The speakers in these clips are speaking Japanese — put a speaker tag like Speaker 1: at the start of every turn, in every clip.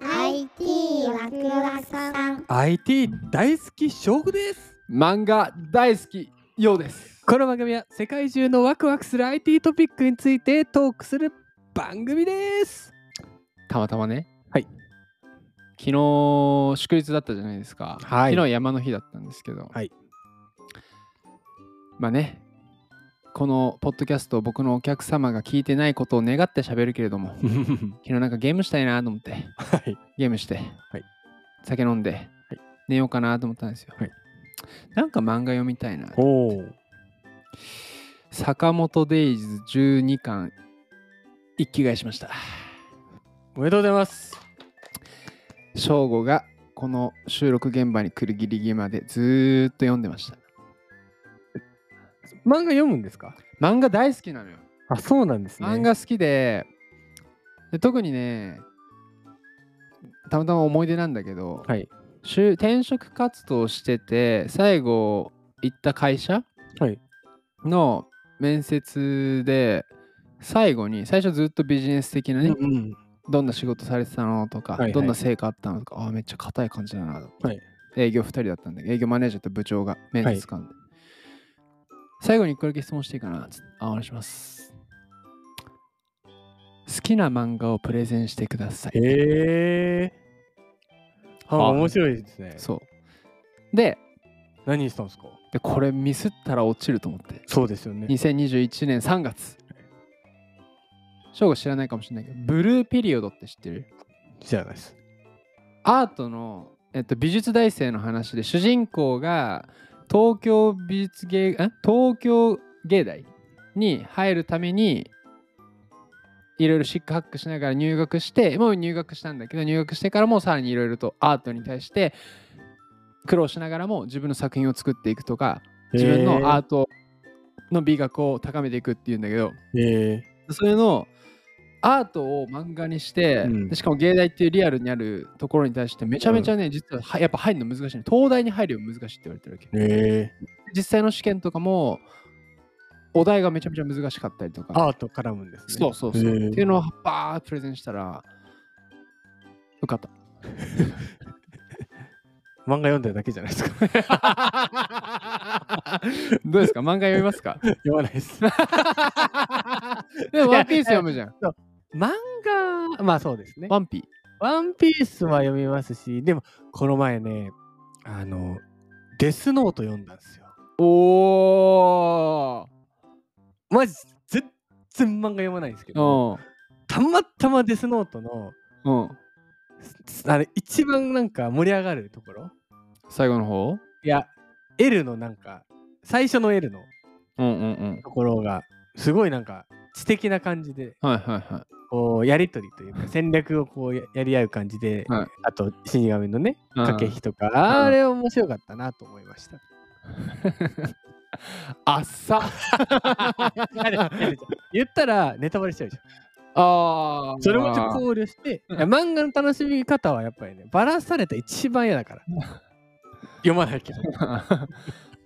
Speaker 1: IT ワクワクさん
Speaker 2: IT 大好き将軍です
Speaker 3: 漫画大好きようです
Speaker 2: この番組は世界中のワクワクする IT トピックについてトークする番組 です
Speaker 3: たまたまね
Speaker 2: はい
Speaker 3: 昨日祝日だったじゃないですか、
Speaker 2: はい
Speaker 3: 昨日山の日だったんですけど、
Speaker 2: はい
Speaker 3: まあねこのポッドキャストを僕のお客様が聞いてないことを願って喋るけれども昨日なんかゲームしたいなと思って
Speaker 2: はい
Speaker 3: ゲームして、
Speaker 2: はい
Speaker 3: 酒飲んで、寝ようかなと思ったんですよ、
Speaker 2: はい
Speaker 3: なんか漫画読みたいな
Speaker 2: おお
Speaker 3: 坂本デイズ12巻一気買いしました
Speaker 2: おめでとうございます
Speaker 3: 正吾がこの収録現場に来るギリギリまでずーっと読んでました
Speaker 2: 漫画読むんですか
Speaker 3: 漫画大好きなのよ
Speaker 2: あそうなんですね
Speaker 3: 漫画好きでで特にねたまたま思い出なんだけど、
Speaker 2: はい
Speaker 3: 就転職活動してて最後行った会社
Speaker 2: はい
Speaker 3: の面接で最後に最初ずっとビジネス的なね、
Speaker 2: うん
Speaker 3: どんな仕事されてたのとか、
Speaker 2: はいはい
Speaker 3: どんな成果あったのとか、ああ、めっちゃ硬い感じだなと、
Speaker 2: はい
Speaker 3: 営業2人だったんで、営業マネージャーと部長が面接官で、最後に1個だけ質問していいかなつってあ、お願いします。好きな漫画をプレゼンしてください。
Speaker 2: へえあ
Speaker 3: はい
Speaker 2: 面白いですね
Speaker 3: そうで
Speaker 2: 何したんですか
Speaker 3: で、これミスったら落ちると思って、
Speaker 2: そうですよね
Speaker 3: 2021年3月。翔吾知らないかもしれないけど、ブルーピリオドって知ってる
Speaker 2: 知らないです
Speaker 3: アートの、えっと、美術大生の話で主人公が東京美術芸ん東京芸大に入るためにいろいろシックハックしながら入学してもう入学したんだけど入学してからもさらにいろいろとアートに対して苦労しながらも自分の作品を作っていくとか自分のアートの美学を高めていくっていうんだけど
Speaker 2: へ
Speaker 3: それのアートを漫画にして、
Speaker 2: うん
Speaker 3: でしかも芸大っていうリアルにあるところに対してめちゃめちゃね、実ははやっぱ入るの難しいね東大に入るより難しいって言われてるわけ
Speaker 2: えへえ
Speaker 3: 実際の試験とかもお題がめちゃめちゃ難しかったりとか
Speaker 2: アート絡むんですね
Speaker 3: そうそうそう、
Speaker 2: へー
Speaker 3: っていうのをバーッとプレゼンしたら受 かった
Speaker 2: 漫画読んでるだけじゃないですか
Speaker 3: どうですか漫画読みますか
Speaker 2: 読まないです
Speaker 3: でもワンピース読むじゃん
Speaker 2: 漫画まあそうですね
Speaker 3: ワンピー
Speaker 2: ワンピースは読みますしでもこの前ねあのデスノート読んだんですよ
Speaker 3: お
Speaker 2: マジ全然漫画読まないんですけど
Speaker 3: お
Speaker 2: たまたまデスノートの
Speaker 3: うん
Speaker 2: すあれ一番なんか盛り上がるところ
Speaker 3: 最後の方
Speaker 2: いや L のなんか最初の L の
Speaker 3: うんうんうん。
Speaker 2: ところがすごいなんか知的な感じで
Speaker 3: はいはいはい。
Speaker 2: こうやり取りという か戦略をこうややり合う感じで、
Speaker 3: はい
Speaker 2: あと死神のね
Speaker 3: うん
Speaker 2: 駆け引きとか、あれ面白かったなと思いました。
Speaker 3: あっさ
Speaker 2: あれあれ 言ったらネタバレしちゃうじゃん。
Speaker 3: あ
Speaker 2: それもちょっと考慮して、いや漫画の楽しみ方はやっぱりね、バラされた一番嫌だから。 読まないけど。
Speaker 3: と。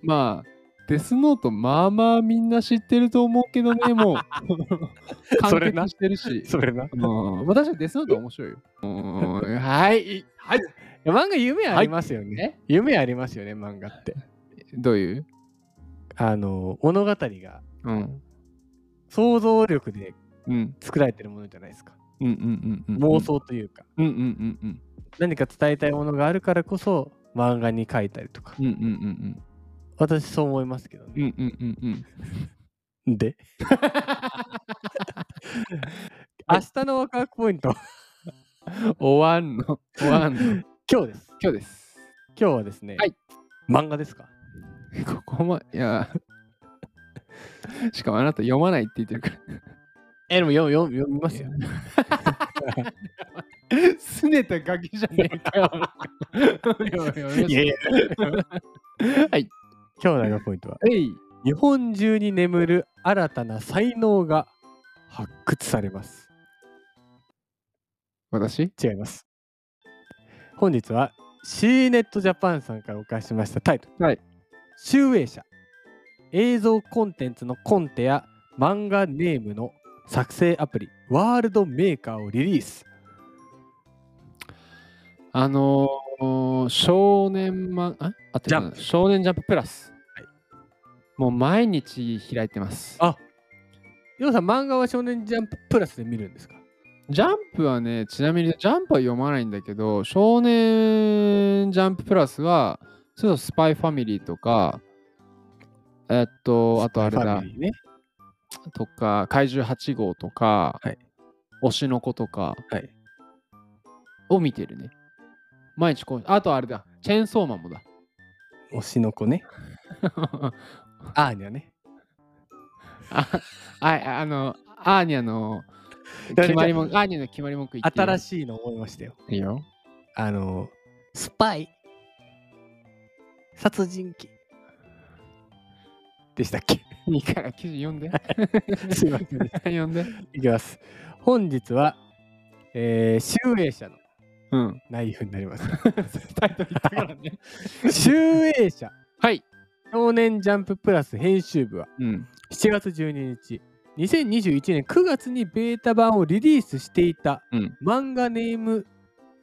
Speaker 3: まあ、デスノート、まあまあみんな知ってると思うけどね、もう。
Speaker 2: そ
Speaker 3: 完
Speaker 2: れな
Speaker 3: 結してる し。
Speaker 2: それな。い
Speaker 3: うん私はデスノート面白いよ。うんはい。はい。
Speaker 2: や漫画夢ありますよね。
Speaker 3: え
Speaker 2: 夢ありますよね、漫画って。
Speaker 3: どういう
Speaker 2: あの、物語が
Speaker 3: うん。
Speaker 2: 想像力で
Speaker 3: うん。
Speaker 2: 作られてるものじゃないですか。
Speaker 3: うんうんうんうん。
Speaker 2: 妄。想というか、
Speaker 3: うんうんうんうん。
Speaker 2: 何か伝えたいものがあるからこそ、漫画に書いたりとか。
Speaker 3: うんうんうん
Speaker 2: 私そう思いますけど
Speaker 3: うん。う
Speaker 2: ね。
Speaker 3: んうんうんうん。
Speaker 2: で明日のワクワクポイント、
Speaker 3: 終わんの。終わんの。
Speaker 2: 今日です。
Speaker 3: 今日です。
Speaker 2: 今日はですね、
Speaker 3: はい
Speaker 2: 漫画ですか
Speaker 3: ここも、いや。しかもあなた読まないって言ってるから。
Speaker 2: え、でも読読読みま
Speaker 3: ます
Speaker 2: よ。
Speaker 3: すねたガキじゃねえかよ。
Speaker 2: いやいや
Speaker 3: はい。
Speaker 2: 今日のラガポイントは、
Speaker 3: えい。
Speaker 2: 日本中に眠る新たな才能が発掘されます。
Speaker 3: 私
Speaker 2: 違います。本日は C ネットジャパンさんからお貸ししましたタイトル。
Speaker 3: はい
Speaker 2: 集英社。映像コンテンツのコンテや漫画ネームの作成アプリ、ワールドメーカーをリリース。
Speaker 3: あのー少年マン、あ合ってるかな
Speaker 2: ジャンプ
Speaker 3: 少年ジャンププラス、
Speaker 2: はい
Speaker 3: もう毎日開いてます。
Speaker 2: あヨウさん、漫画は少年ジャンププラスで見るんですか
Speaker 3: ジャンプはね、ちなみにジャンプは読まないんだけど、少年ジャンププラスは、ちょっとスパイファミリーとか、えっと、あとあれ
Speaker 2: ファ
Speaker 3: だ
Speaker 2: ミ、リーね。
Speaker 3: とか、怪獣8号とか、
Speaker 2: はい
Speaker 3: 推しの子とか、
Speaker 2: はい
Speaker 3: を見てるね。毎日こう、あとあれだ、チェーンソーマンもだ。
Speaker 2: 推しの子ね。アーニャね。
Speaker 3: あ、ああの、アーニャの決まり文句、アーニャの決まり文句言って
Speaker 2: 新
Speaker 3: し
Speaker 2: しいの思いましたよ。
Speaker 3: いよ。
Speaker 2: あの、スパイ、殺人鬼。でしたっ け
Speaker 3: いいから記事読んで。
Speaker 2: すいませんでした。
Speaker 3: 読んで。
Speaker 2: いきます。本日は、えー、集英社の
Speaker 3: うん。
Speaker 2: 内容になり ます。
Speaker 3: タイトル言ったからね。
Speaker 2: 集英社
Speaker 3: はい。
Speaker 2: 少年ジャンププラス編集部は
Speaker 3: うん。
Speaker 2: 7月12日、2021年9月にベータ版をリリースしていた
Speaker 3: うん
Speaker 2: 漫画ネーム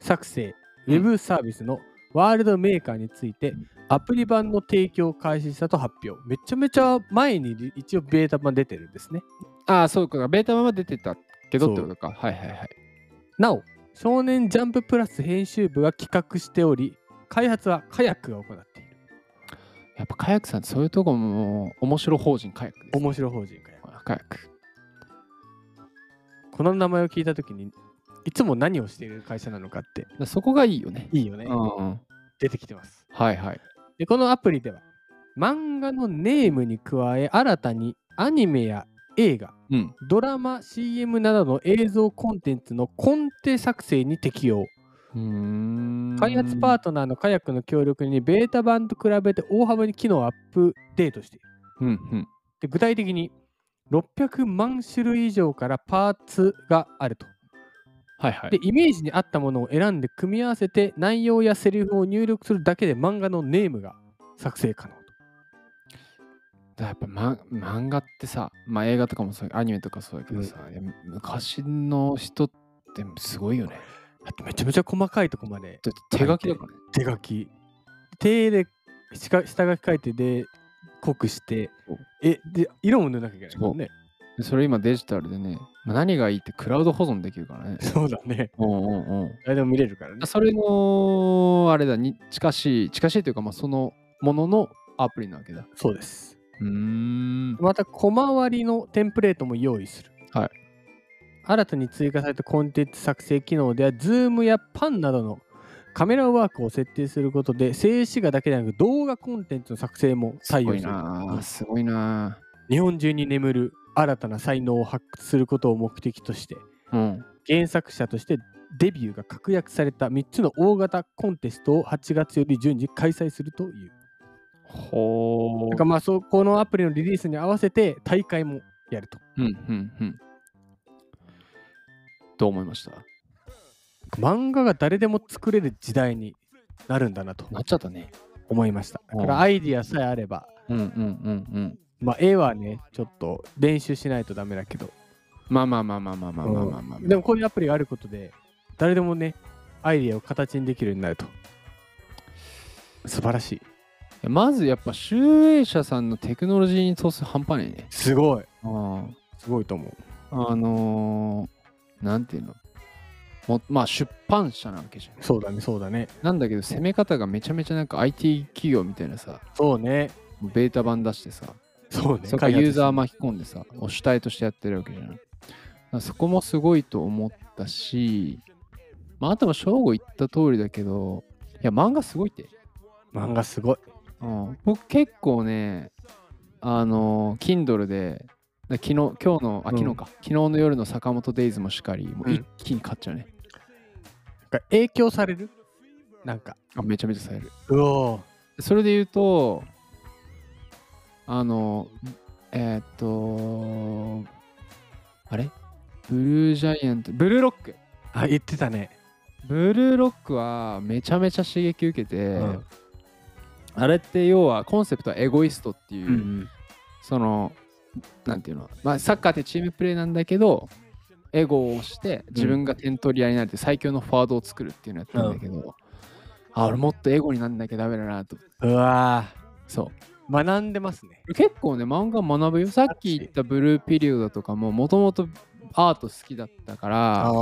Speaker 2: 作成、ウ
Speaker 3: うん
Speaker 2: ェブサービスのワールドメーカーについてアプリ版の提供を開始したと発表。めちゃめちゃ前にリ一応ベータ版出てるんですね。
Speaker 3: ああ、そうか。ベータ版は出てたけどって
Speaker 2: そ
Speaker 3: ことか。はいはいはい。
Speaker 2: なお、少年ジャンププラス編集部が企画しており、開発はカヤックが行っている。
Speaker 3: やっぱカヤックさんってそういうとこも面白法人カヤックです、
Speaker 2: 面白法人カヤック。
Speaker 3: カヤック。
Speaker 2: この名前を聞いたときに、いつも何をしている会社なのかって、
Speaker 3: だそこがいいよね。
Speaker 2: いいよね。
Speaker 3: うん。
Speaker 2: 出てきてます。
Speaker 3: はいはい。
Speaker 2: で、このアプリでは、漫画のネームに加え、新たにアニメや映画、
Speaker 3: うん。
Speaker 2: ドラマ、CM などの映像コンテンツのコンテ作成に適用。
Speaker 3: うーん。
Speaker 2: 開発パートナーのカヤックの協力に、ベータ版と比べて大幅に機能をアップデートしている。
Speaker 3: うんうん。
Speaker 2: で具体的に、600万種類以上からパーツがあると。
Speaker 3: はいはい。
Speaker 2: で、イメージに合ったものを選んで組み合わせて内容やセリフを入力するだけで漫画のネームが作成可能と。
Speaker 3: だやっぱ、ま、漫画ってさ、まあ、映画とかもそうアニメとかそうだけどさ、いや昔の人ってすごいよね。
Speaker 2: だってめちゃめちゃ細かいとこまで
Speaker 3: だって手書きだからね。
Speaker 2: 手書き。手でしか下書き書いてで濃くして
Speaker 3: そう、
Speaker 2: え、で色も塗らなきゃいけないもんね。
Speaker 3: でそれ今デジタルでね、まあ、何がいいってクラウド保存できるから ね。
Speaker 2: そうだね。
Speaker 3: うんうんうん。
Speaker 2: あれでも見れるからね。
Speaker 3: それの、あれだ、に近しい、近しいというか、まあ、そのもののアプリなわけだ。
Speaker 2: そうです。
Speaker 3: うーん。
Speaker 2: また小回りのテンプレートも用意する。
Speaker 3: はい。
Speaker 2: 新たに追加されたコンテンツ作成機能では、Zoom や Pan などのカメラワークを設定することで、静止画だけでなく動画コンテンツの作成も
Speaker 3: す
Speaker 2: 採
Speaker 3: ご
Speaker 2: 用
Speaker 3: い
Speaker 2: する。
Speaker 3: なあすごいな
Speaker 2: 日本中に眠る新たな才能を発掘することを目的として、
Speaker 3: あうん。
Speaker 2: 原作者としてデビューが確約された3つの大型コンテストを8月より順次開催するという。
Speaker 3: ほ
Speaker 2: だからまあそうこのアプリのリリースに合わせて大会もやると。
Speaker 3: うんうんうん。どう思いました
Speaker 2: 漫画が誰でも作れる時代になるんだなと
Speaker 3: なっちゃったね。
Speaker 2: 思いました。だか
Speaker 3: うん
Speaker 2: らアイディアさえあれば、
Speaker 3: うんうんうんうん。
Speaker 2: まあ絵はね、ちょっと練習しないとダメだけど、
Speaker 3: まあまあまあまあまあまあまあまあまあ、
Speaker 2: でもこういうアプリがあることで、誰でもね、アイディアを形にできるようになると。素晴らしい。
Speaker 3: まずやっぱ集英社さんのテクノロジーに投す半端ないね。
Speaker 2: すごい。
Speaker 3: あ
Speaker 2: すごいと思う。
Speaker 3: あのー、なんていうのもまあ出版社なわけじゃん。
Speaker 2: そうだね、そうだね。
Speaker 3: なんだけど攻め方がめちゃめちゃなんか IT 企業みたいなさ、
Speaker 2: そうね。
Speaker 3: ベータ版出してさ、
Speaker 2: そうね。
Speaker 3: そっからユーザー
Speaker 2: マ
Speaker 3: 巻き込んでさ、お主体としてやってるわけじゃん。だからそこもすごいと思ったし、まあ、あとも正吾言った通りだけど、いや、漫画すごいって。
Speaker 2: 漫画すごい。
Speaker 3: うん、僕結構ね、あの、Kindle で、だ昨日、今日の、あ、
Speaker 2: うん
Speaker 3: 昨日か、昨日の夜の坂本デイズもしかり、もう
Speaker 2: うん
Speaker 3: 一気に買っちゃうね。
Speaker 2: なんか影響されるなんか。
Speaker 3: あめちゃめちゃされる。
Speaker 2: うお
Speaker 3: それで言うと、あの、えーっと、あれブルージャイアント、ブルーロック。
Speaker 2: あ、言ってたね。
Speaker 3: ブルーロックはめちゃめちゃ刺激受けて、
Speaker 2: うん
Speaker 3: あれって要はコンセプトはエゴイストっていう、
Speaker 2: うん。
Speaker 3: そのなんていうの、まあ、サッカーってチームプレーなんだけどエゴをして自分が点取り屋になれて最強のフォワードを作るっていうのをやったんだけど、あ俺もっと英語になんなきゃダメだなと
Speaker 2: うわ
Speaker 3: そう
Speaker 2: ー学んでますね。
Speaker 3: 結構ね漫画学ぶよさっき言ったブルーピリオドとかももともとアート好きだったから
Speaker 2: あ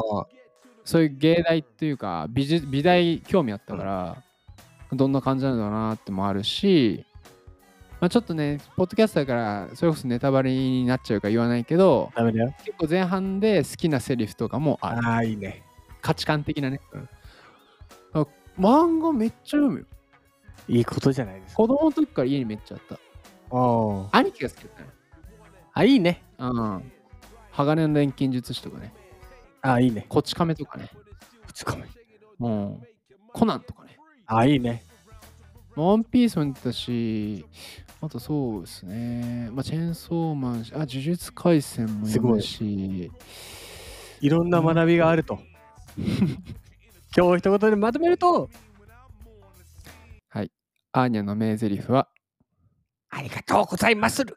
Speaker 3: そういう芸大っていうか美術美大興味あったから、どんな感じなんだろうなってもあるし、まあ、ちょっとねポッドキャストだからそれこそネタバレになっちゃうから言わないけど
Speaker 2: ダメだよ。
Speaker 3: 結構前半で好きなセリフとかもある
Speaker 2: ああ、いいね。
Speaker 3: 価値観的なね、だから漫画めっちゃ読むよ
Speaker 2: いいことじゃないですか。
Speaker 3: 子供の時から家にめっちゃあった
Speaker 2: あ
Speaker 3: 兄貴が好きだったね
Speaker 2: あ、いいね。
Speaker 3: うん。鋼の錬金術師とかね。
Speaker 2: ああ、いいね。
Speaker 3: こち亀とかね。
Speaker 2: こち亀。
Speaker 3: うん。コナンとかね。
Speaker 2: ああ、いいね。
Speaker 3: ワンピースも見てたし、あとそうですね。まあ、チェーンソーマン、あ、呪術廻戦も読むし。
Speaker 2: いろんな学びがあると。 今日一言でまとめると、
Speaker 3: アーニャの名台詞は、
Speaker 2: ありがとうございまする。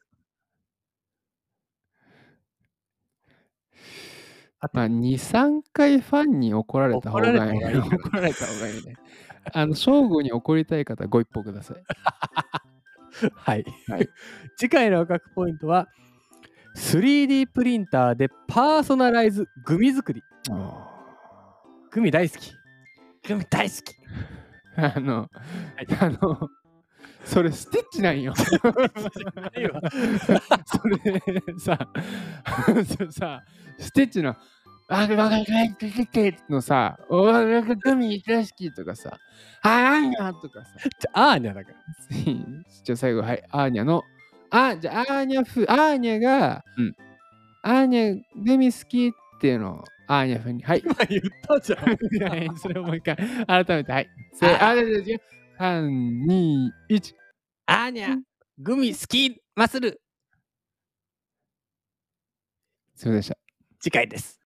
Speaker 3: まあ、2、3回ファンに怒られた方がいい。
Speaker 2: 怒られた方がいい
Speaker 3: 怒られた方がいいね。あの、正午に怒りたい方はご一報ください。
Speaker 2: はい。
Speaker 3: はい
Speaker 2: 次回の価格ポイントは、3D プリンターでパーソナライズグミ作り。グミ大好き。グミ大好き。
Speaker 3: あの、あの、それスティッチなんよ。
Speaker 2: ないわ
Speaker 3: それさ、それさ、ステッチの、あわかるのさ、おわかるグミ大好きとかさ、あーにゃとかさ、
Speaker 2: あーにゃだから。
Speaker 3: じゃあ最後、はい、アーニャの、あ、じゃあアーニャ風、アーニャが、
Speaker 2: うん
Speaker 3: アーニャグミ好きっていうのを、アーニャ風に、はい、
Speaker 2: 今言ったじゃん。
Speaker 3: はい、それをもう一回、改めて、はい。せあ、違う違う違う。3、2、1。
Speaker 2: あーにゃ、グミ好き、マッスル。
Speaker 3: すみませんでした。
Speaker 2: 次回です。